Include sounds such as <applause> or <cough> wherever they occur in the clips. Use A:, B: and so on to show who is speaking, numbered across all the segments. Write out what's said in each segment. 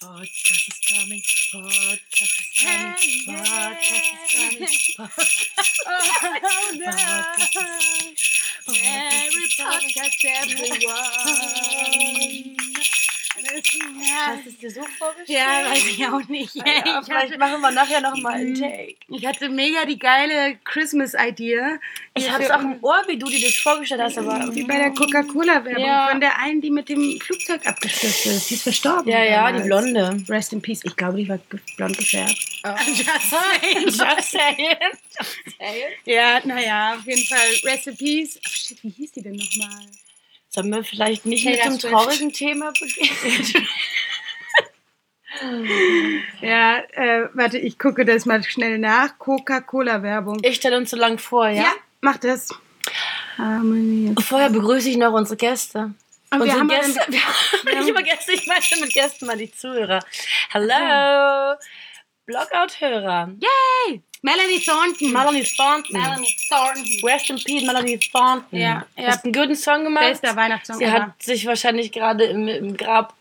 A: Podcast is coming. Podcast is coming.
B: Hey,
A: Podcast is coming.
B: Oh, no. Every
A: Podcast is
B: podcast, everyone.
A: Hast du es dir so vorgestellt?
B: Ja, weiß ich auch nicht.
A: Ja,
B: ich,
A: vielleicht
B: hatte,
A: machen wir nachher nochmal einen
B: Mhm.
A: Take.
B: ich hatte mega die geile Christmas-Idee.
A: Ich
B: Hier
A: hab's
B: für-
A: auch im Ohr, wie du dir das vorgestellt hast, aber.
B: Wie bei der Coca-Cola-Werbung
A: Ja.
B: von der einen, die mit dem Flugzeug abgestürzt ist. Die ist verstorben.
A: Ja, ja, die
B: damals. Oh.
A: Blonde.
B: Rest in Peace. Ich glaube, die war ge- blond gefärbt. <laughs>
A: <laughs> Just saying.
B: ja, naja, auf jeden Fall. Rest in Peace. Ach, shit, wie hieß die denn nochmal?
A: Sollen wir vielleicht nicht
B: Taylor
A: mit dem
B: Swift.
A: traurigen Thema beginnen?
B: Ja, äh, warte, ich gucke das mal schnell nach. Coca-Cola-Werbung.
A: Ich stelle uns so lang vor, ja?
B: Ja, mach das. Harmonie.
A: Und Vorher begrüße ich noch unsere Gäste.
B: Und wir
A: unsere
B: haben
A: Gäste.
B: einen-
A: Wir haben,
B: haben-
A: nicht immer Gäste, <laughs> ich meinte mit Gästen mal die Zuhörer. Hallo, Blockout-Hörer.
B: Melanie Thornton.
A: Melanie Thornton.
B: Thornton.
A: Rest in Peace, Melanie Thornton.
B: Ja,
A: Du
B: ja.
A: hast einen guten Song gemacht.
B: Bester Weihnachtssong
A: Sie
B: ever.
A: hat sich wahrscheinlich gerade im, im Grab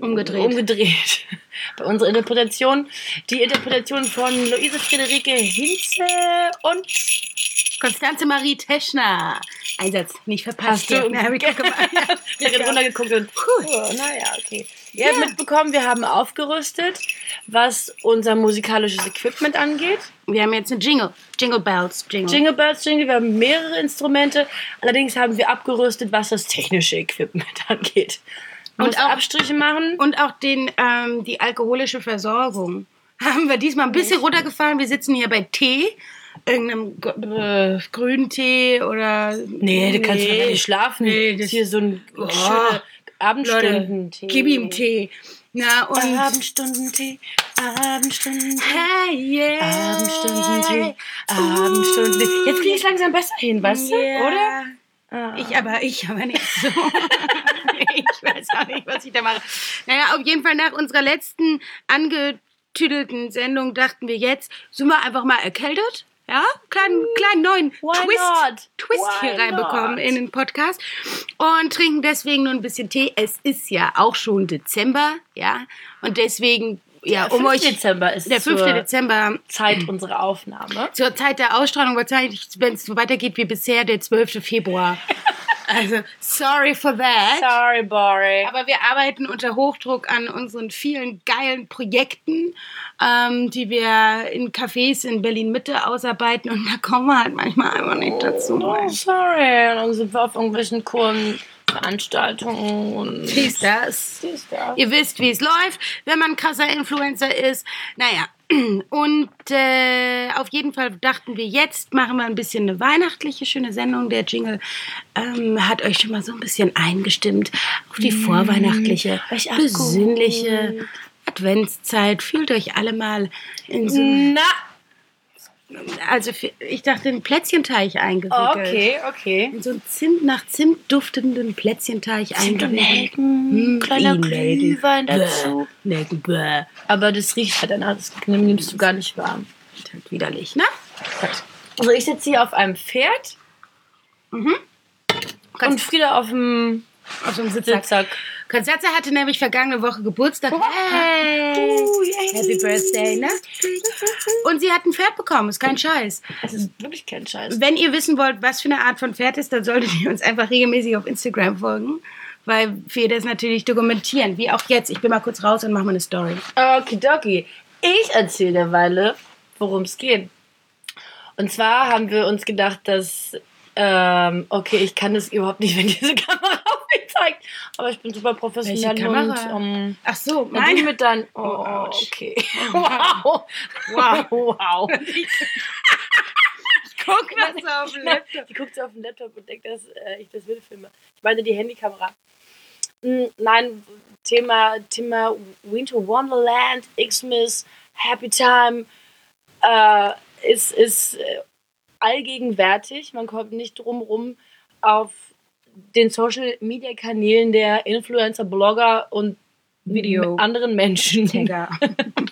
B: Umgedreht.
A: umgedreht. <laughs> Bei unserer Interpretation. Die Interpretation von Luise Friederike Hinze und
B: Konstanze Marie Teschner. Einsatz nicht verpasst.
A: Hast du-
B: Ja, hab ich gut gemacht.
A: <laughs> Ich bin runtergeguckt und puh, naja, okay. Ihr habt mitbekommen, wir haben aufgerüstet, was unser musikalisches Equipment angeht.
B: wir haben jetzt einen Jingle. Jingle Bells. Jingle.
A: Jingle Bells, Jingle, wir haben mehrere Instrumente. Allerdings haben wir abgerüstet, was das technische Equipment <laughs> angeht. Man
B: Und
A: und
B: auch-
A: Abstriche machen.
B: Und auch den, ähm, die alkoholische Versorgung. <laughs> Haben wir diesmal ein bisschen runtergefahren. Wir sitzen hier bei Tee. Irgendeinem gr- äh, grünen Tee oder.
A: nee, du kannst doch gar
B: Nee.
A: nicht schlafen.
B: Nee,
A: das
B: das-
A: ist hier so ein
B: Oh.
A: schöner
B: Leute,
A: Abendstundentee.
B: gib ihm Tee. Na und.
A: Abendstundentee, Abendstundentee.
B: Hey, yeah.
A: Abendstundentee, Abendstundentee. Jetzt kriege ich langsam besser hin, weißt du? Oder?
B: Yeah.
A: Ah.
B: Ich aber, ich aber nicht
A: <laughs>
B: so. ich weiß auch nicht, was ich da mache. Naja, auf jeden Fall nach unserer letzten angetüdelten Sendung dachten wir jetzt, sind wir einfach mal erkältet. Ja, kleinen, kleinen neuen
A: Hm. Why
B: Twist,
A: not?
B: Twist
A: Why
B: hier reinbekommen
A: not?
B: in den Podcast und trinken deswegen nur ein bisschen Tee. Es ist ja auch schon Dezember, ja, und deswegen, ja,
A: Der
B: um
A: 5.
B: euch,
A: Dezember ist
B: der 5.
A: zur
B: Dezember
A: <clears throat> Zeit unserer Aufnahme.
B: zur Zeit der Ausstrahlung wahrscheinlich, wenn es so weitergeht wie bisher, der 12. Februar. Also, sorry for that.
A: Sorry, Bori.
B: Aber wir arbeiten unter Hochdruck an unseren vielen geilen Projekten, ähm, die wir in Cafés in Berlin-Mitte ausarbeiten. Und da kommen wir halt manchmal einfach nicht dazu.
A: Oh, sorry. Und dann sind wir auf irgendwelchen Kuren, Veranstaltungen und
B: Wie ist das?
A: Siehst du?
B: Ihr wisst, wie es läuft, wenn man ein krasser Influencer ist. Naja, <clears throat> und äh, auf jeden Fall dachten wir, jetzt machen wir ein bisschen eine weihnachtliche, schöne Sendung. Der Jingle ähm, hat euch schon mal so ein bisschen eingestimmt auf die vorweihnachtliche,
A: Mm, euch abgeholt.
B: besinnliche Adventszeit. Fühlt euch alle mal in so.
A: Na,
B: Also, ich dachte, in Plätzchenteig eingewickelt.
A: Mm. okay, okay.
B: In so einen Zimt nach Zimt duftenden Plätzchenteig
A: Zimt und
B: eingewickelt.
A: Nelken,
B: Hm,
A: kleiner
B: die Nelken.
A: Glühwein
B: Bäh,
A: dazu.
B: Nelken, bäh.
A: Aber das riecht halt danach, das nimmst du gar nicht warm.
B: Halt widerlich, ne?
A: Also ich sitze hier auf einem Pferd und
B: Und
A: Frieda Mhm. auf dem
B: auf so einem Sitzsack.
A: Sitzsack.
B: Konstanze hatte nämlich vergangene Woche Geburtstag. Hey! Happy Birthday, ne? Und sie hat ein Pferd bekommen, ist kein Scheiß.
A: Das ist wirklich kein Scheiß.
B: Wenn ihr wissen wollt, was für eine Art von Pferd ist, dann solltet ihr uns einfach regelmäßig auf Instagram folgen, weil wir das natürlich dokumentieren. Wie auch jetzt. Ich bin mal kurz raus und mache mal eine Story.
A: Okidoki. Ich erzähle derweile, worum es geht. Und zwar haben wir uns gedacht, dass. Ähm, okay, ich kann das überhaupt nicht, wenn diese <laughs> Kamera auf mich zeigt. Aber ich bin super professionell
B: Welche Kamera?
A: und. Ähm,
B: Ach so,
A: na, die <laughs>
B: meine.
A: mit deinen. Oh,
B: ouch. Oh,
A: okay. <laughs> Wow.
B: Wow.
A: wow.
B: Guck, was auf dem Laptop.
A: Die guckt so auf den <laughs> Laptop und denkt, dass äh, ich das mitfilme. Ich meine die Handykamera. Mm, Nein, Thema, Thema Winter Wonderland, Xmas, Happy Time äh, ist, ist äh, allgegenwärtig. Man kommt nicht drum rum auf den Social Media Kanälen der Influencer, Blogger und
B: Video-
A: anderen Menschen.
B: Digga.
A: <laughs>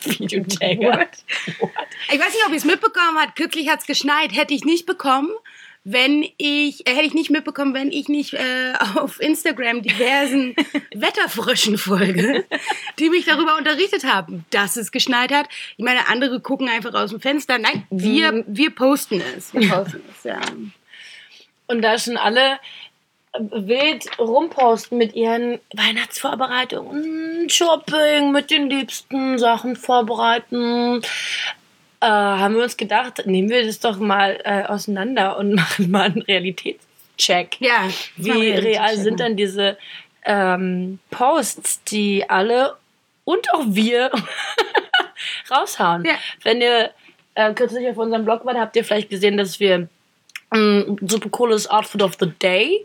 A: Videotagger.
B: Ich weiß nicht, ob ihr es mitbekommen habt. Glücklich hat es geschneit. Hätte ich nicht bekommen, wenn ich, äh, hätte ich nicht mitbekommen, wenn ich nicht äh, auf Instagram <laughs> diversen Wetterfröschen folge, die mich darüber unterrichtet haben, dass es geschneit hat. Ich meine, andere gucken einfach aus dem Fenster. Nein, wir, wir posten es. Mhm. Wir posten es, ja.
A: Und da schon alle wild rumposten mit ihren Weihnachtsvorbereitungen, Mm, Shopping mit den liebsten Sachen vorbereiten. Äh, haben wir uns gedacht, nehmen wir das doch mal äh, auseinander und <laughs> machen mal einen Realitätscheck.
B: Ja,
A: Wie real sind dann diese ähm, Posts, die alle und auch wir <laughs> raushauen?
B: Ja.
A: Wenn ihr äh, kürzlich auf unserem Blog wart, habt ihr vielleicht gesehen, dass wir ein super cooles Outfit of the Day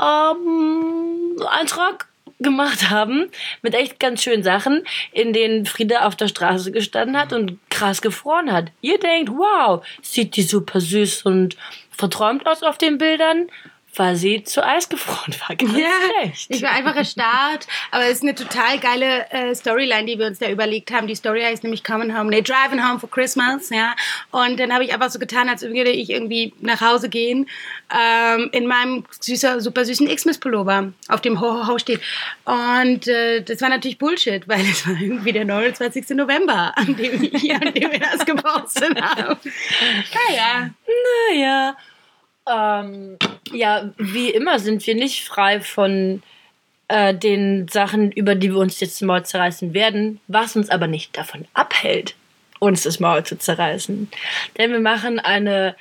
A: ähm, Eintrag gemacht haben mit echt ganz schönen Sachen, in denen Frieda auf der Straße gestanden hat und krass gefroren hat. Ihr denkt, wow, sieht die super süß und verträumt aus auf den Bildern, weil sie zu Eis gefroren war. Ganz
B: Ja,
A: recht.
B: ich war einfach erstarrt, aber es ist eine total geile äh, Storyline, die wir uns da überlegt haben. Die Story heißt nämlich Coming Home, nee, Driving Home for Christmas, ja. Und dann habe ich einfach so getan, als würde ich irgendwie nach Hause gehen, ähm, in meinem süßer, super süßen Xmas-Pullover, auf dem Ho Ho Ho steht. Und äh, das war natürlich Bullshit, weil es war irgendwie der 29. November, an dem, ich, an dem wir das gepostet haben. Naja.
A: Naja. Ähm, ja, wie immer sind wir nicht frei von äh, den Sachen, über die wir uns jetzt den Maul zerreißen werden, was uns aber nicht davon abhält, uns das Maul zu zerreißen. Denn wir machen eine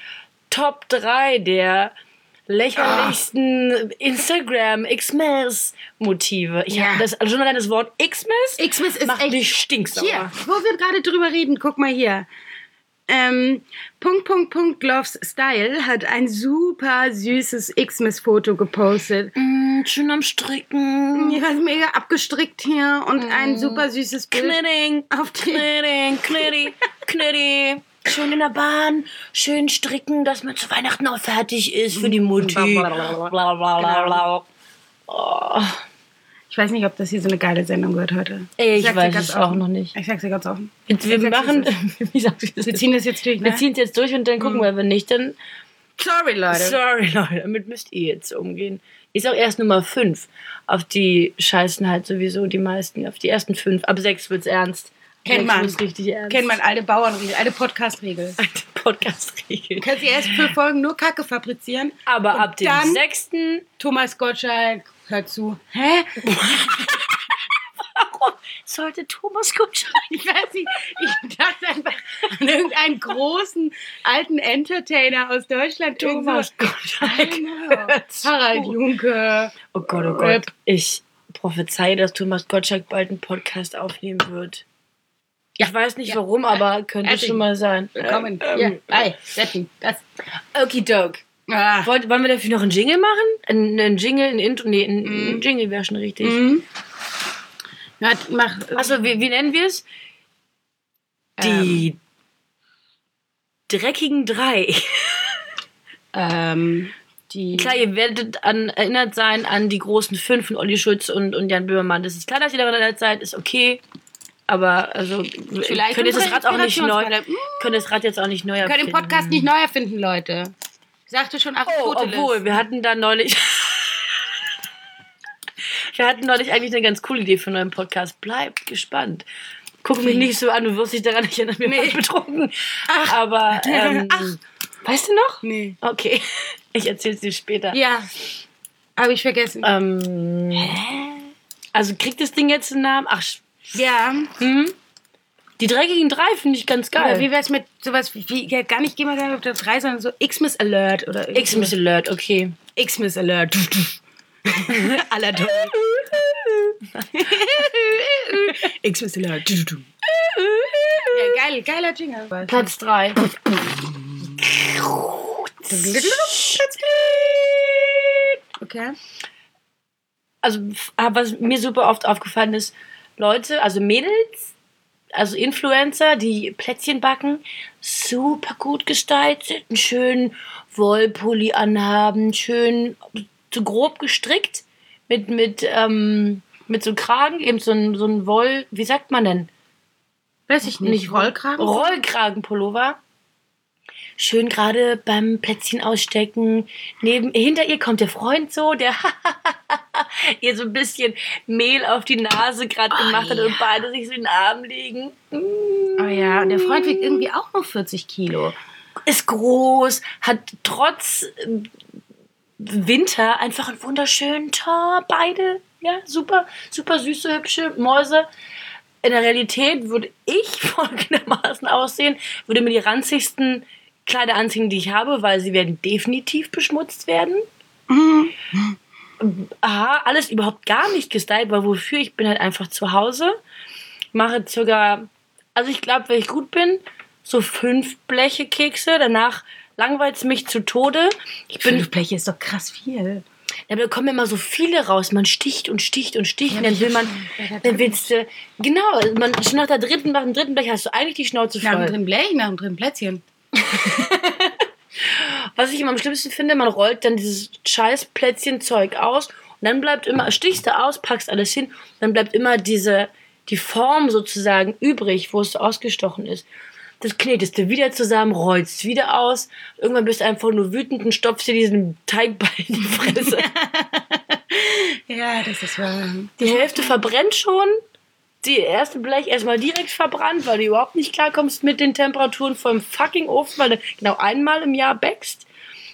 A: Top 3 der
B: Ah.
A: lächerlichsten Instagram Xmas Motive. Ich
B: Ja.
A: hab das also schon allein das Wort Xmas
B: Xmas ist
A: macht
B: echt
A: mich stinksauer.
B: Hier, wo wir gerade drüber reden, guck mal hier. Ähm, Punkt, Punkt, Punkt, Gloves Style hat ein super süßes Xmas-Foto gepostet.
A: Mm, schön am Stricken.
B: Hier ist mega abgestrickt hier und
A: Mhm.
B: ein super süßes Bild.
A: Knitting,
B: Auf die-
A: Knitting, Knitty, Knitty. Schön in der Bahn, schön stricken, dass man zu Weihnachten auch fertig ist für die Mutti. Genau.
B: Blablabla.
A: Blablabla.
B: Ich weiß nicht, ob das hier so eine geile Sendung wird heute.
A: Ich
B: sag's dir
A: weiß
B: ganz
A: es auch
B: offen.
A: noch nicht.
B: Ich sag's dir ganz offen.
A: Wir,
B: Ich
A: wir
B: sag's dir
A: machen,
B: so.
A: <laughs> wie sagst du das?
B: Wir ziehen das jetzt durch, ne?
A: Wir ziehen es jetzt durch und dann gucken wir, wenn nicht, dann.
B: Sorry, Leute.
A: Sorry, Leute, damit müsst ihr jetzt umgehen. Ist auch erst Nummer 5. Auf die scheißen halt sowieso die meisten. Auf die ersten 5. Ab 6 wird's ernst. Ab
B: Kennt
A: sechs
B: man.
A: wird's richtig ernst.
B: Kennt man alte Bauernregel, alte
A: <laughs>
B: Podcast-Regel. Du
A: Alte <laughs> Podcast-Regel.
B: kannst die ersten fünf Folgen nur Kacke fabrizieren.
A: Aber ab dem
B: dann-
A: 6.
B: Thomas Gottschalk, hör zu. Hä?
A: sollte Thomas Gottschalk.
B: Ich weiß nicht, ich dachte einfach an irgendeinen großen alten Entertainer aus Deutschland.
A: Thomas Gottschalk. hör
B: Irgendwas.
A: zu.
B: Harald Junke.
A: <laughs> Oh Gott, oh
B: Rap.
A: Gott. Ich prophezeie, dass Thomas Gottschalk bald einen Podcast aufnehmen wird. Ich weiß nicht
B: Ja.
A: warum, aber könnte
B: Also,
A: schon mal sein.
B: Willkommen.
A: Ähm,
B: ja, hi, Setten. Das.
A: Okidok.
B: Ah.
A: Wollt, wollen wir dafür noch einen Jingle machen? Einen, einen Jingle, ein Intro? Nee, ein, ein Jingle wäre schon richtig.
B: Mhm. Na, mach.
A: Also, wie, wie nennen wir es? Die dreckigen drei.
B: Ähm, die.
A: Klar, ihr werdet an, erinnert sein an die großen fünf von Olli Schulz und, und Jan Böhmermann. Das ist klar, dass ihr daran erinnert seid, ist okay. Aber also
B: Vielleicht
A: könnt ihr das
B: unsere
A: Rad auch nicht neu.
B: Inspirationsquelle. Hm.
A: Könnt ihr das Rad jetzt auch nicht neu
B: Wir können den Podcast nicht neu erfinden, Leute. Ich sagte schon
A: Oh,
B: Aristoteles.
A: obwohl, wir hatten da neulich. wir hatten neulich eigentlich eine ganz coole Idee für einen neuen Podcast. Bleibt gespannt. Guck mich nicht so an, du wirst dich daran nicht erinnern, wir waren betrunken.
B: <laughs>
A: Aber ähm, weißt du noch?
B: Nee.
A: Okay. <laughs> Ich erzähl's dir später.
B: Ja. Habe ich vergessen.
A: Ähm, also kriegt das Ding jetzt einen Namen? Ach, sch-
B: Ja.
A: die dreckigen drei finde ich ganz
B: Oder wie
A: geil.
B: wär's mit sowas wie, wie ja, gar nicht gehen wir gar nicht auf der 3, sondern so Xmas Alert oder irgendwie
A: Xmas Alert, okay.
B: so. Xmas Alert. <laughs> Aller Toll. <laughs> Xmas Alert. ja, geil, geiler Jingle.
A: Platz drei.
B: Okay.
A: Also, f- was mir super oft aufgefallen ist, Leute, also Mädels, also Influencer, die Plätzchen backen, super gut gestaltet, einen schönen Wollpulli anhaben, schön so grob gestrickt, mit, mit, ähm, mit so Kragen, eben so ein, so ein Woll, wie sagt man denn?
B: Weiß ich nicht. Rollkragen?
A: Rollkragenpullover. schön gerade beim Plätzchen ausstecken. Neben, hinter ihr kommt der Freund so, der <laughs> ihr so ein bisschen Mehl auf die Nase gerade
B: Oh,
A: gemacht hat
B: ja.
A: und beide sich so in den Arm legen. Mm.
B: Oh ja, und der Freund wiegt irgendwie auch nur 40 Kilo.
A: Ist groß, hat trotz ähm, Winter einfach einen wunderschönen Top. Beide, ja, super, super süße, hübsche Mäuse. In der Realität würde ich <laughs> folgendermaßen aussehen, würde mir die ranzigsten Kleider anziehen, die ich habe, weil sie werden definitiv beschmutzt werden. Aha, alles überhaupt gar nicht gestylt, weil wofür? Ich bin halt einfach zu Hause, mache circa, also ich glaube, wenn ich gut bin, so fünf Bleche Kekse, danach langweilt es mich zu Tode. Ich bin,
B: Fünf Bleche ist doch krass viel.
A: ja, aber da kommen immer so viele raus. Man sticht und sticht und sticht.
B: Ja,
A: und dann
B: ich
A: will man,
B: verstehe. Ja,
A: dann willst du, genau, also man, schon nach der dritten, nach dem dritten Blech hast du eigentlich die Schnauze
B: Nach dem
A: voll.
B: dritten Blech, nach dem dritten Plätzchen.
A: Was ich immer am schlimmsten finde, man rollt dann dieses scheiß Plätzchenzeug aus und dann bleibt immer, stichst du aus, packst alles hin und dann bleibt immer diese, die Form sozusagen übrig, wo es so ausgestochen ist. Das knetest du wieder zusammen, rollst wieder aus. Irgendwann bist du einfach nur wütend und stopfst dir diesen Teigball in die Fresse.
B: Ja, das ist wahr.
A: Die Hälfte verbrennt schon. Die erste Blech erstmal direkt verbrannt, weil du überhaupt nicht klarkommst mit den Temperaturen vom fucking Ofen, weil du genau einmal im Jahr bäckst.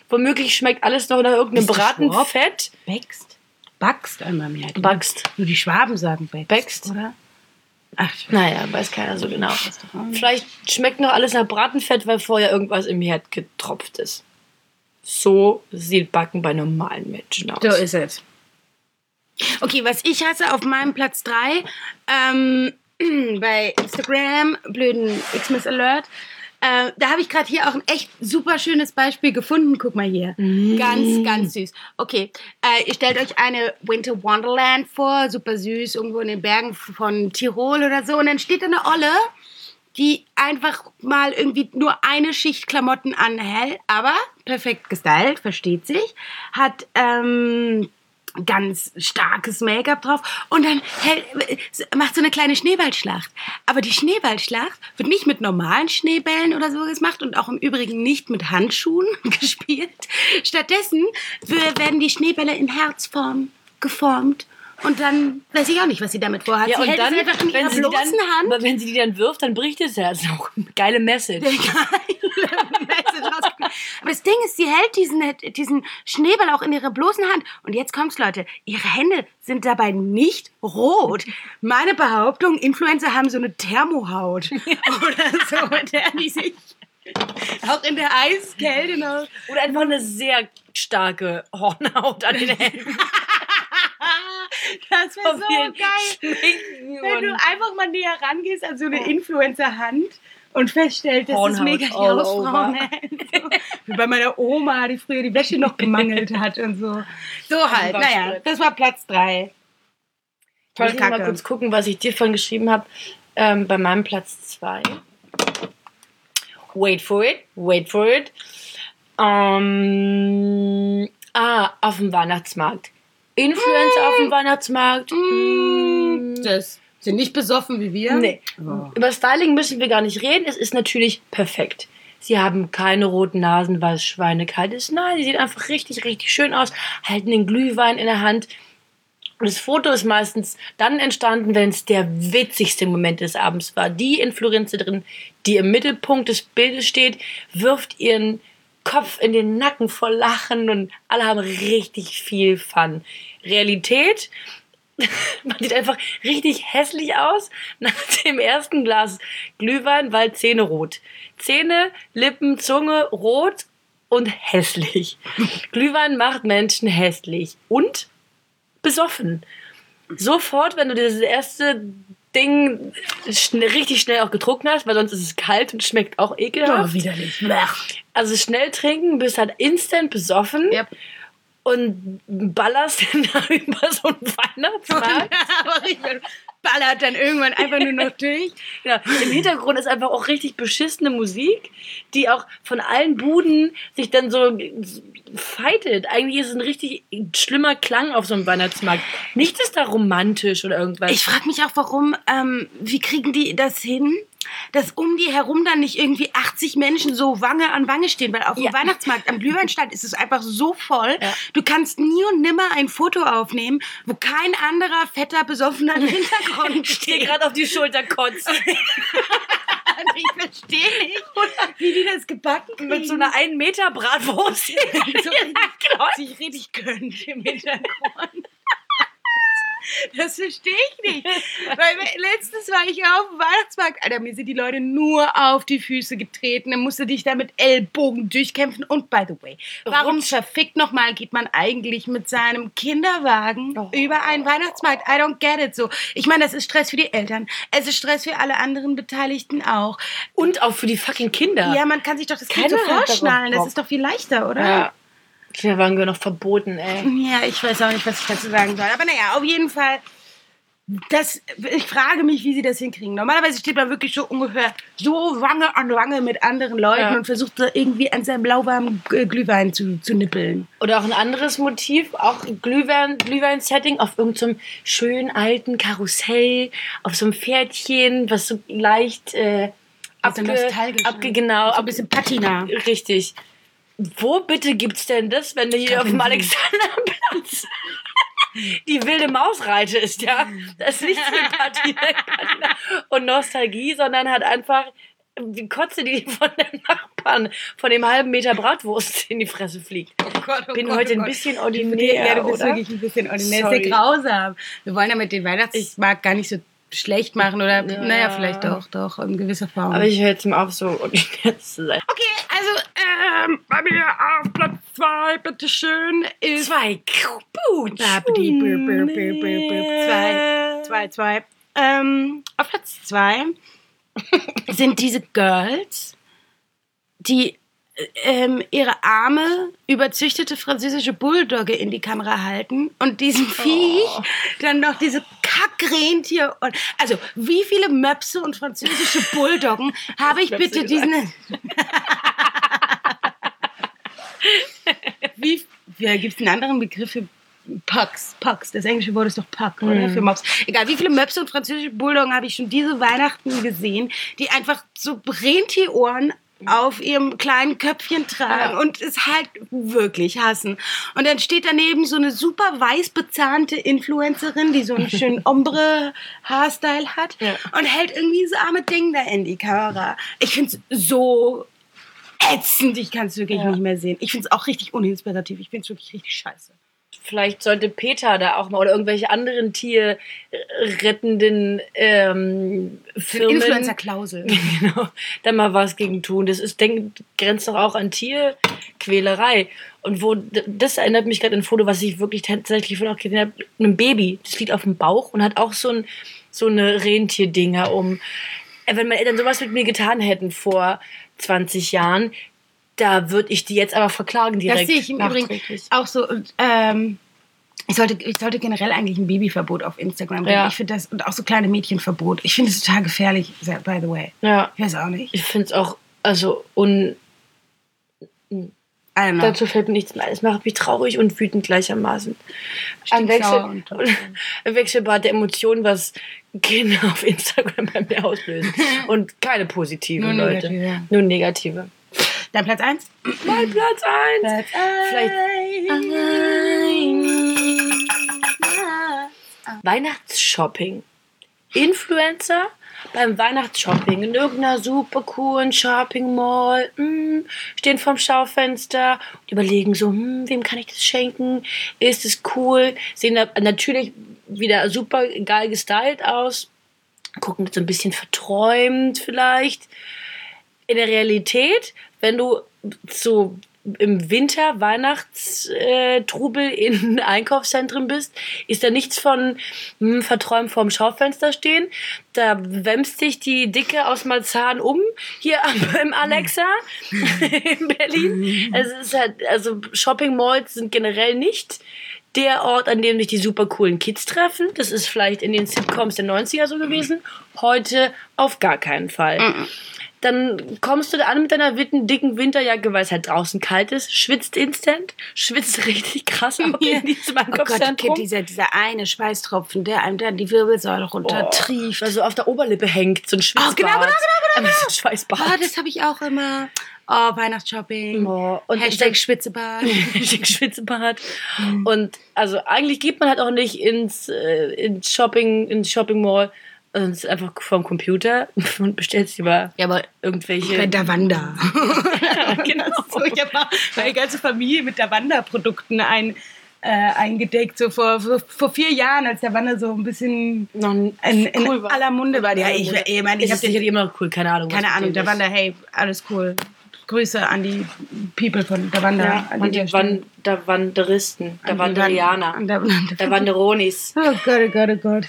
A: Womöglich schmeckt alles noch nach irgendeinem
B: Bist du Schwab?
A: Bratenfett.
B: Backst? Backst einmal mehr. genau.
A: Backst.
B: Nur die Schwaben sagen backst.
A: Backst?
B: Oder? Ach, ich
A: Naja, weiß keiner so genau.
B: weiß doch auch nicht.
A: Vielleicht schmeckt noch alles nach Bratenfett, weil vorher irgendwas im Herd getropft ist. So sieht Backen bei normalen Menschen aus.
B: So ist es. Okay, was ich hasse auf meinem Platz 3 ähm, <clears throat> bei Instagram, blöden Xmas Alert, äh, da habe ich gerade hier auch ein echt super schönes Beispiel gefunden. Guck mal hier. Ganz, ganz süß. Okay, äh, ihr stellt euch eine Winter Wonderland vor, super süß, irgendwo in den Bergen von Tirol oder so. Und dann steht da eine Olle, die einfach mal irgendwie nur eine Schicht Klamotten anhält, aber perfekt gestylt, versteht sich, hat ähm, ganz starkes Make-up drauf und dann hält, macht so eine kleine Schneeballschlacht. Aber die Schneeballschlacht wird nicht mit normalen Schneebällen oder so gemacht und auch im Übrigen nicht mit Handschuhen <laughs> gespielt. Stattdessen wir- werden die Schneebälle in Herzform geformt. Und dann weiß ich auch nicht, was sie damit vorhat.
A: ja,
B: sie
A: und
B: hält es
A: dann,
B: einfach in ihrer
A: wenn sie, die
B: bloßen Hand.
A: dann, wenn sie die dann wirft, dann bricht das Herz noch. Geile Message.
B: <laughs> Message rausgekriegt. Aber das Ding ist, sie hält diesen, diesen Schneeball auch in ihrer bloßen Hand. Und jetzt kommt's, Leute. Ihre Hände sind dabei nicht rot. Meine Behauptung, Influencer haben so eine Thermohaut oder so, in der die sich auch in der Eiskälte noch
A: Oder einfach eine sehr starke Hornhaut an den
B: <laughs>
A: Händen.
B: Das wäre
A: von
B: so
A: vielen
B: geil.
A: Schminken
B: Wenn du
A: und-
B: einfach mal näher rangehst an so eine Influencer-Hand und feststellst, das ist
A: Hornhaut
B: mega die
A: all
B: Hausfrau. ne? So, Wie bei meiner Oma, die früher die Wäsche noch gemangelt hat und so. So halt, naja, das war Platz 3.
A: Toll, ich muss mal
B: Kacke.
A: kurz gucken, was ich dir von geschrieben habe. Ähm, bei meinem Platz 2. Wait for it, wait for it. Ähm, ah, auf dem Weihnachtsmarkt. Influencer auf dem Weihnachtsmarkt.
B: Das sind nicht besoffen wie wir.
A: Nee. Über Styling müssen wir gar nicht reden. Es ist natürlich perfekt. Sie haben keine roten Nasen, weil es schweinekalt ist. Nein, sie sehen einfach richtig, richtig schön aus, halten den Glühwein in der Hand. Und das Foto ist meistens dann entstanden, wenn es der witzigste Moment des Abends war. Die Influencerin, die im Mittelpunkt des Bildes steht, wirft ihren Kopf in den Nacken vor Lachen und alle haben richtig viel Fun. Realität, man sieht einfach richtig hässlich aus nach dem ersten Glas Glühwein, weil Zähne rot. Zähne, Lippen, Zunge rot und hässlich. Glühwein macht Menschen hässlich und besoffen. Sofort, wenn du dieses erste Ding schn richtig schnell auch getrunken hast, weil sonst ist es kalt und schmeckt auch
B: Oh,
A: ekelhaft.
B: widerlich.
A: Also schnell trinken, bist halt instant besoffen
B: Yep.
A: und ballerst <laughs> dann da über so einen Weihnachtsmarkt.
B: <laughs> Aber richtig ballert dann irgendwann einfach nur noch durch.
A: Ja, Im Hintergrund ist einfach auch richtig beschissene Musik, die auch von allen Buden sich dann so fightet. Eigentlich ist es ein richtig schlimmer Klang auf so einem Weihnachtsmarkt. Nichts ist da romantisch oder irgendwas.
B: Ich frage mich auch, warum, ähm, wie kriegen die das hin, dass um die herum dann nicht irgendwie 80 Menschen so Wange an Wange stehen, weil auf dem
A: Ja.
B: Weihnachtsmarkt am Glühweinstand ist es einfach so voll.
A: Ja.
B: Du kannst nie und nimmer ein Foto aufnehmen, wo kein anderer fetter, <laughs> besoffener im Hintergrund
A: Dir
B: steht.
A: gerade auf die Schulter kotzt.
B: ich verstehe nicht, wie die das gebacken kriegen.
A: Mit so einer 1 Meter Bratwurst.
B: so
A: genau.
B: sich Also, richtig gönnt im Hintergrund. <laughs> Das verstehe ich nicht. Weil wir- letztens war ich auf dem Weihnachtsmarkt. Alter, mir sind die Leute nur auf die Füße getreten. Dann musste dich da mit Ellbogen durchkämpfen. Und by the way, warum
A: Rutsch.
B: verfickt nochmal geht man eigentlich mit seinem Kinderwagen
A: Oh.
B: über einen Weihnachtsmarkt? I don't get it so. Ich meine, das ist Stress für die Eltern. Es ist Stress für alle anderen Beteiligten auch.
A: Und auch für die fucking Kinder.
B: Ja, man kann sich doch das Kind
A: Keiner
B: so
A: hat darauf
B: vorschnallen. Das
A: Bock.
B: ist doch viel leichter, oder?
A: Ja. Kinderwagen gehören noch verboten, ey.
B: Ja, ich weiß auch nicht, was ich dazu sagen soll. Aber naja, auf jeden Fall. Das, ich frage mich, wie sie das hinkriegen. Normalerweise steht man wirklich so ungefähr so Wange an Wange mit anderen Leuten
A: Ja.
B: und versucht da irgendwie an seinem lauwarmen äh, Glühwein zu, zu nippeln.
A: Oder auch ein anderes Motiv, auch Glühwein- Glühwein-Setting auf irgendeinem schönen alten Karussell, auf so einem Pferdchen, was so leicht äh,
B: Also
A: abge,
B: nostalgisch,
A: abge,
B: ne?
A: genau,
B: So ein
A: ab,
B: bisschen Patina.
A: richtig. Wo bitte gibt's denn das, wenn du hier auf dem Alexanderplatz <laughs> die wilde Maus reitest, ja? Das ist nichts mit Party und Nostalgie, sondern hat einfach die Kotze, die von den Nachbarn, von dem halben Meter Bratwurst in die Fresse fliegt
B: oh
A: bin heute ein bisschen ordinär,
B: Ja, du bist
A: oder?
B: wirklich ein bisschen ordinär.
A: Sorry.
B: Sehr grausam. Wir wollen damit den Weihnachtsmarkt gar nicht so schlecht machen oder,
A: Ja.
B: naja, vielleicht doch, doch, in gewisser Form.
A: Aber ich höre jetzt mal auf, so ordinär zu sein.
B: Okay, also ähm, bei mir auf Platz 2, bitteschön, ist.
A: Zwei.
B: Zwei. Zwei, zwei. Ähm, auf Platz 2 <laughs> sind diese Girls, die äh, ähm, ihre arme, überzüchtete französische Bulldogge in die Kamera halten und diesem
A: Oh.
B: Viech dann noch diese Kackrentier und. Also, wie viele Möpse und französische
A: <laughs>
B: Bulldoggen habe ich
A: Möpse
B: bitte
A: gesagt.
B: diesen. Wie, ja, gibt es einen anderen Begriff für Pucks? Pucks. Das englische Wort ist doch Puck,
A: Mhm.
B: oder? Für Mops. Egal, wie viele Möpse und französische Bulldoggen habe ich schon diese Weihnachten gesehen, die einfach so Rentierohren auf ihrem kleinen Köpfchen tragen
A: Ja.
B: und es halt wirklich hassen. Und dann steht daneben so eine super weiß bezahnte Influencerin, die so
A: <laughs>
B: einen schönen Ombre-Haarstyle hat
A: Ja.
B: und hält irgendwie so arme Ding da in die Kamera. Ich finde es so ätzend. Ich kann es wirklich
A: Ja.
B: nicht mehr sehen. Ich finde es auch richtig uninspirativ. Ich finde es wirklich richtig scheiße.
A: Vielleicht sollte Peter da auch mal oder irgendwelche anderen tierrettenden ähm, Firmen
B: Influencer-Klausel.
A: <laughs>
B: <laughs>
A: genau, da mal was gegen tun. Das ist, denk, grenzt doch auch an Tierquälerei. Und wo, d- das erinnert mich gerade an ein Foto, was ich wirklich tatsächlich von auch gesehen habe, ein Baby, das liegt auf dem Bauch und hat auch so, ein, so eine Rentierdinger um. Äh, Wenn meine Eltern sowas mit mir getan hätten vor 20 Jahren, da würde ich die jetzt aber verklagen direkt.
B: Das sehe ich im Übrigen
A: nachträglich.
B: auch so. Und, ähm, ich sollte, ich sollte generell eigentlich ein Babyverbot auf Instagram bringen.
A: Ja.
B: Ich finde das und auch so kleine Mädchenverbot. Ich finde es total gefährlich. By the way,
A: Ja,
B: ich weiß auch nicht.
A: ich finde es auch, also, un,
B: I don't know.
A: dazu fällt mir nichts mehr ein. Es macht mich traurig und wütend gleichermaßen. Ein
B: Stinksauer
A: <laughs> Wechsel,
B: und trotzdem.
A: ein Wechselbad der Emotionen, was Kinder <laughs> auf Instagram bei mir
B: <laughs>
A: auslösen. Und keine positiven,
B: Nur
A: Leute.
B: negative.
A: Nur negative.
B: Dein Platz 1?
A: Mein Platz 1.
B: Platz 1.
A: Weihnachtsshopping. Influencer beim Weihnachtsshopping in irgendeiner super coolen Shopping Mall, mm, stehen vorm Schaufenster und überlegen so, hm, wem kann ich das schenken? Ist es cool? Sehen da natürlich wieder super geil gestylt aus, gucken so ein bisschen verträumt vielleicht. In der Realität, wenn du so im Winter Weihnachtstrubel in <laughs> Einkaufszentren bist, ist da nichts von hm, verträumt vorm Schaufenster stehen. Da wämst dich die Dicke aus Marzahn um, hier <laughs> am, im Alexa <laughs> in Berlin. Es ist halt, also Shopping Malls sind generell nicht der Ort, an dem sich die super coolen Kids treffen. Das ist vielleicht in den Sitcoms der 90er so gewesen. Heute auf gar keinen Fall. Dann kommst du da an mit deiner witten, dicken Winterjacke, weil es halt draußen kalt ist, schwitzt instant, schwitzt <laughs> richtig krass ab in
B: Oh
A: diesem
B: Gott,
A: Einkaufszentrum.
B: Kind, dieser, dieser eine Schweißtropfen, der einem dann die Wirbelsäule runtertrieft.
A: Weil so auf der Oberlippe hängt, so ein Schweißbad.
B: genau, genau, genau,
A: Einfach so ein
B: Oh,
A: Schweißbad. <laughs>
B: das habe ich auch immer. Oh, Weihnachtsshopping.
A: Oh, und
B: Hashtag Schwitzebad.
A: Hashtag Schwitzebad.
B: Hm.
A: Und also eigentlich geht man halt auch nicht ins, äh, ins Shopping, ins Shopping Mall. sondern es ist einfach vom Computer <laughs> und bestellt sich über
B: Ja, aber
A: irgendwelche.
B: bei der
A: <laughs>
B: Wanda.
A: genau.
B: so, ich habe meine ganze Familie mit der Wanda-Produkten ein, äh, eingedeckt, so vor, vor, vor vier Jahren, als der Wanda so ein bisschen
A: Noch ein,
B: in, in
A: cool war.
B: aller Munde war. Ja, ich, ich meine, ich
A: ist
B: habe
A: es sicherlich immer noch cool, keine Ahnung. was
B: Keine
A: mit
B: Ahnung,
A: dem
B: der
A: ist.
B: Wander, hey, alles cool. Grüße an die People von der Wander.
A: Ja,
B: an
A: und
B: dieser
A: die
B: Stelle.
A: Wan der Wanderisten,
B: An
A: der
B: die
A: Wanderianer,
B: Wan- an Der,
A: der Wanderonis.
B: Oh Gott, oh Gott, oh Gott.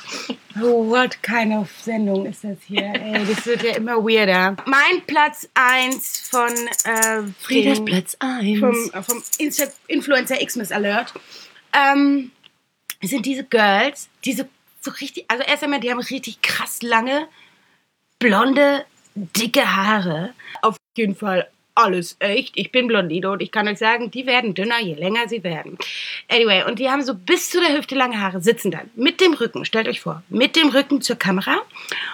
B: Oh, what kind of Sendung ist das hier? Ey, das wird ja immer weirder. Mein Platz 1 von äh,
A: Frieders
B: Frieden-
A: Platz 1.
B: vom, vom Insta Influencer Xmas Alert, ähm, sind diese Girls, diese so richtig, also erst einmal, die haben richtig krass lange, blonde, dicke Haare. Auf jeden Fall alles echt. Ich bin Blondine und ich kann euch sagen, die werden dünner, je länger sie werden. Anyway, und die haben so bis zu der Hüfte lange Haare, sitzen dann mit dem Rücken, stellt euch vor, mit dem Rücken zur Kamera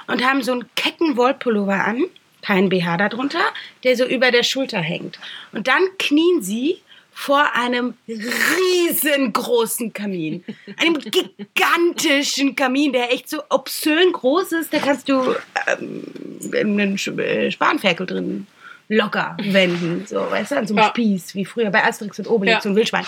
B: und haben so einen kecken Wollpullover an kein BH darunter, der so über der Schulter hängt. Und dann knien sie vor einem riesengroßen Kamin. Einem gigantischen Kamin, der echt so obszön groß ist. Da kannst du äh, ähm, einen Sch- äh, Spanferkel drin locker wenden. So, weißt du, an so einem
A: Ja.
B: Spieß, wie früher bei Asterix und Obelix
A: Ja.
B: und Wildschwein.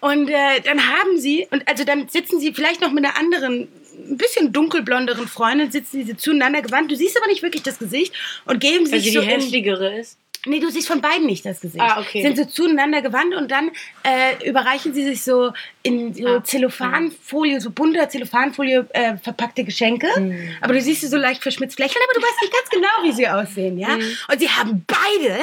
B: Und äh, dann haben sie, und also dann sitzen sie vielleicht noch mit einer anderen, ein bisschen dunkelblonderen Freundin, sitzen sie zueinander gewandt. Du siehst aber nicht wirklich das Gesicht und geben sich
A: Also die
B: so in,
A: hässlichere ist.
B: Nee, du siehst von beiden nicht das Gesicht.
A: Ah, okay.
B: Sind so zueinander gewandt und dann äh, überreichen sie sich so in so
A: Ah.
B: Zellophanfolie, so bunter Zellophanfolie äh, verpackte Geschenke.
A: Hm.
B: Aber du siehst sie so leicht verschmitzt lächeln, aber du weißt nicht ganz genau, wie sie aussehen, ja?
A: Hm.
B: Und sie haben beide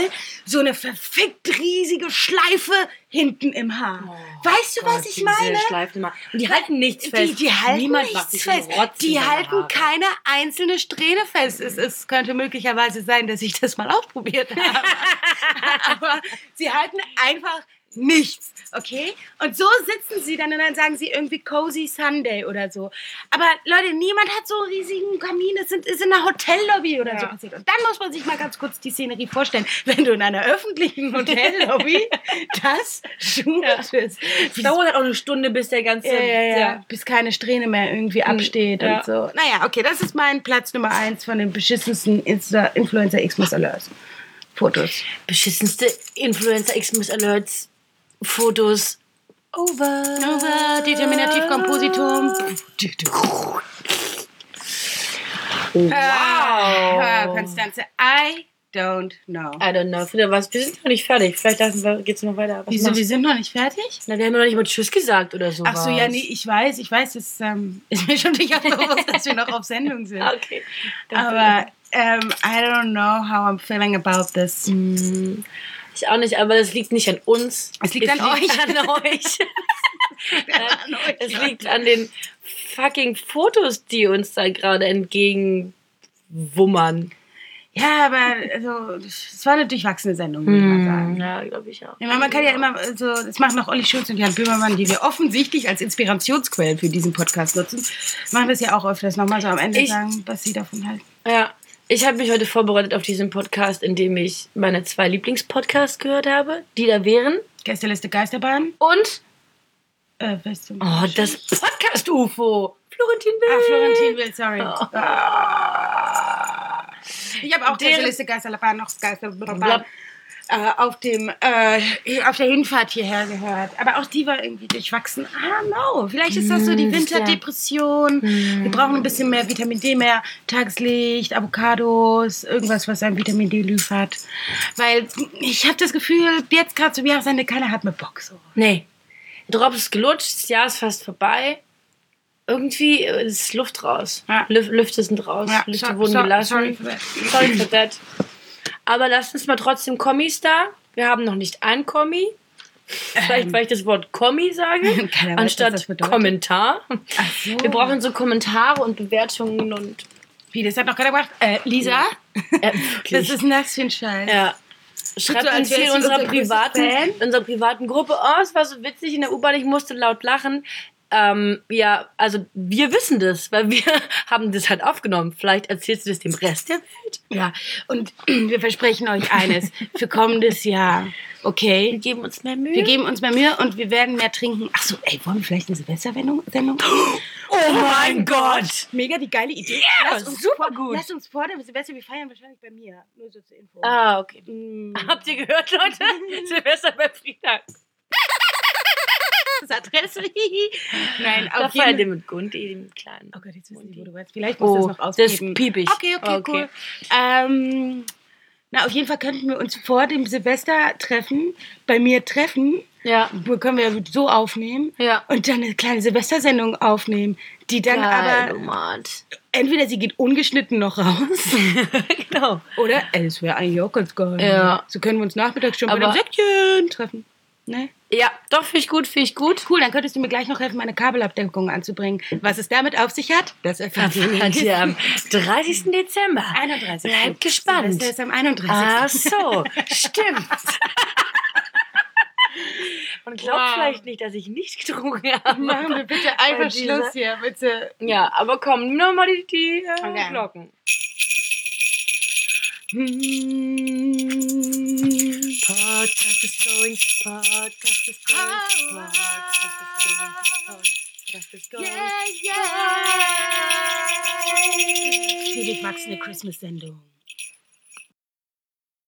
B: so eine verfickt riesige Schleife hinten im Haar. weißt du, was
A: Oh Gott,
B: ich
A: diese
B: meine?
A: Schleifen immer. Und die halten nichts
B: Die,
A: fest.
B: die halten
A: Niemand macht
B: nichts
A: sich
B: fest.
A: einen Rotz in
B: Die
A: seine
B: halten
A: Haare.
B: keine einzelne Strähne fest. Es, es könnte möglicherweise sein, dass ich das mal ausprobiert
A: <laughs>
B: habe. Aber sie halten einfach nichts, okay? Und so sitzen sie dann und dann sagen sie irgendwie Cozy Sunday oder so. Aber Leute, niemand hat so einen riesigen Kamin. Es sind- es ist in einer Hotellobby oder
A: Ja.
B: so passiert. Und dann muss man sich mal ganz kurz die Szenerie vorstellen, wenn du in einer öffentlichen
A: <laughs>
B: Hotellobby das schmutest.
A: Es dauert halt auch eine Stunde, bis der ganze.
B: Ja, ja, Hm, ja.
A: ja.
B: Bis keine Strähne mehr irgendwie absteht
A: ja.
B: und so. Naja, okay, das ist mein Platz Nummer eins von den beschissensten Insta Influencer Xmas Alerts. Fotos.
A: Beschissenste Influencer Xmas Alerts, Fotos. Over.
B: Over, Determinativ Kompositum.
A: Wow.
B: Äh, Konstanze, I don't know.
A: I don't know. Frieda, was, wir sind noch nicht fertig. Vielleicht lassen wir, geht's noch weiter. Was
B: Wieso,
A: machst
B: wir
A: du?
B: sind noch nicht fertig?
A: Na, wir haben ja noch nicht mal Tschüss gesagt oder so.
B: Ach so, ja, nee, ich weiß, ich weiß, es ähm, <laughs> ist mir schon nicht bewusst, dass wir noch auf Sendung <laughs> sind.
A: <laughs> Okay.
B: Aber ähm, I don't know how I'm feeling about this. <laughs>
A: Hm, Ich auch nicht, aber das liegt nicht an uns.
B: Es liegt
A: Es
B: an euch.
A: An euch. Nein, es liegt an den fucking Fotos, die uns da gerade entgegenwummern.
B: Ja, aber also, es war eine durchwachsene Sendung, würde ich
A: Hm.
B: mal sagen.
A: Ja, glaube ich auch.
B: Ich meine, man kann ja immer, so, das machen auch Olli Schulz und Jan Böhmermann, die wir offensichtlich als Inspirationsquellen für diesen Podcast nutzen, machen das ja auch öfters nochmal so am Ende
A: Ich-
B: sagen, was sie davon halten.
A: Ja. Ich habe mich heute vorbereitet auf diesen Podcast, indem ich meine zwei Lieblingspodcasts gästgehört habe, die da wären.
B: Gästeliste Geisterbahn,
A: Und
B: äh, weißt du,
A: oh, das Podcast-UFO. Florentin Will.
B: Ah, Florentin Will, sorry.
A: Oh.
B: Ah. Ich habe auch
A: Deren-
B: Gästeliste Geisterbahn, noch Geisterbahn
A: Blab.
B: äh, auf, dem, äh, auf der Hinfahrt hierher gehört. Aber auch die war irgendwie durchwachsen. I don't know. Vielleicht ist das so
A: Hm,
B: die Winterdepression. Wir brauchen ein bisschen mehr Vitamin D, mehr Tageslicht, Avocados, irgendwas, was einem Vitamin D liefert. Weil ich habe das Gefühl, jetzt gerade zum Jahresende, keiner hat mehr Bock. So.
A: Nee. Der Drop ist gelutscht, das Jahr ist fast vorbei. Irgendwie äh, ist Luft raus.
B: Ja.
A: Lüf Lüfte sind raus.
B: Ja,
A: Lüfte
B: so-
A: wurden
B: so-
A: gelassen.
B: sorry for that.
A: Sorry for that. Aber lasst uns mal trotzdem Kommis da. Wir haben noch nicht ein Kommi. Vielleicht, weil ich das Wort Kommi
B: <laughs>
A: sage,
B: Keiner weiß, Ähm. was das
A: anstatt
B: bedeutet.
A: Kommentar.
B: Ach so.
A: Wir brauchen so Kommentare und äh, Bewertungen und
B: Wie, das hat noch keiner gemacht? Äh, Lisa,
A: Ja,
B: <laughs> das
A: wirklich.
B: ist denn das für ein Scheiß?
A: Ja. Schreibt
B: so, als
A: uns hier in
B: wärst du
A: unserer
B: unser größtes
A: privaten,
B: Fan.
A: in unserer privaten Gruppe, oh, es war so witzig in der U-Bahn, ich musste laut lachen. Ähm, ja, also wir wissen das, weil wir <laughs> haben das halt aufgenommen. Vielleicht erzählst du das dem Rest der Welt.
B: Ja, und <clears throat> wir versprechen euch eines für kommendes Jahr.
A: Wir
B: Okay?
A: geben uns mehr Mühe.
B: Wir geben uns mehr Mühe und wir werden mehr trinken. Achso, ey, wollen wir vielleicht eine Silvestersendung? Sendung?
A: oh mein Gott!
B: Mega die geile Idee.
A: Lass uns vor- lass
B: Lass uns vor dem Silvester, wir feiern wahrscheinlich bei mir. Nur so zur Info. Mm.
A: Ah, okay.
B: <laughs> Das
A: <laughs> Habt ihr
B: <laughs>
A: gehört, Leute? Silvester bei Frieda.
B: Adresse. Nein,
A: Da
B: auf
A: feiert
B: jeden
A: ihr mit Gundi, die mit Kleinen.
B: Oh Gott, jetzt wissen
A: Und
B: die,
A: die-
B: wo du warst. Vielleicht musst du
A: Oh,
B: das noch
A: das,
B: auspiepen.
A: piep ich.
B: Okay, okay, cool. Ähm, na, auf jeden Fall könnten wir uns vor dem Silvester treffen, bei mir treffen.
A: Ja,
B: Wo Können wir so aufnehmen.
A: ja.
B: Und dann eine kleine Silvestersendung aufnehmen, die dann
A: Geil,
B: aber <laughs>
A: Omat.
B: entweder sie geht ungeschnitten noch raus
A: Genau.
B: <laughs> oder ey, das wäre eigentlich auch ganz geil.
A: Ja.
B: So können wir uns nachmittags schon
A: Aber-
B: bei dem Säckchen treffen. Ne?
A: Ja, doch, finde ich gut, finde ich gut.
B: Cool, dann könntest du mir gleich noch helfen, meine Kabelabdeckung anzubringen. Was es damit auf sich hat, das erfahrt ihr
A: Hat
B: nicht.
A: hier am 30. Dezember.
B: 31.
A: Bleibt gespannt.
B: Das ist am 31.
A: Ach Ah, <laughs> so,
B: Ah,
A: stimmt. Und glaubt
B: Wow.
A: vielleicht nicht, dass ich nicht getrunken <laughs>
B: <laughs>
A: habe.
B: Machen wir bitte
A: Bei
B: einfach
A: dieser-
B: Schluss hier, bitte.
A: Ja, aber komm, nimm noch mal die, die äh,
B: Okay.
A: Glocken.
B: Hm.
A: Podcast is going, Podcast is going, Podcast is going, Podcast is going.
B: Felix Max, eine Christmas-Sendung.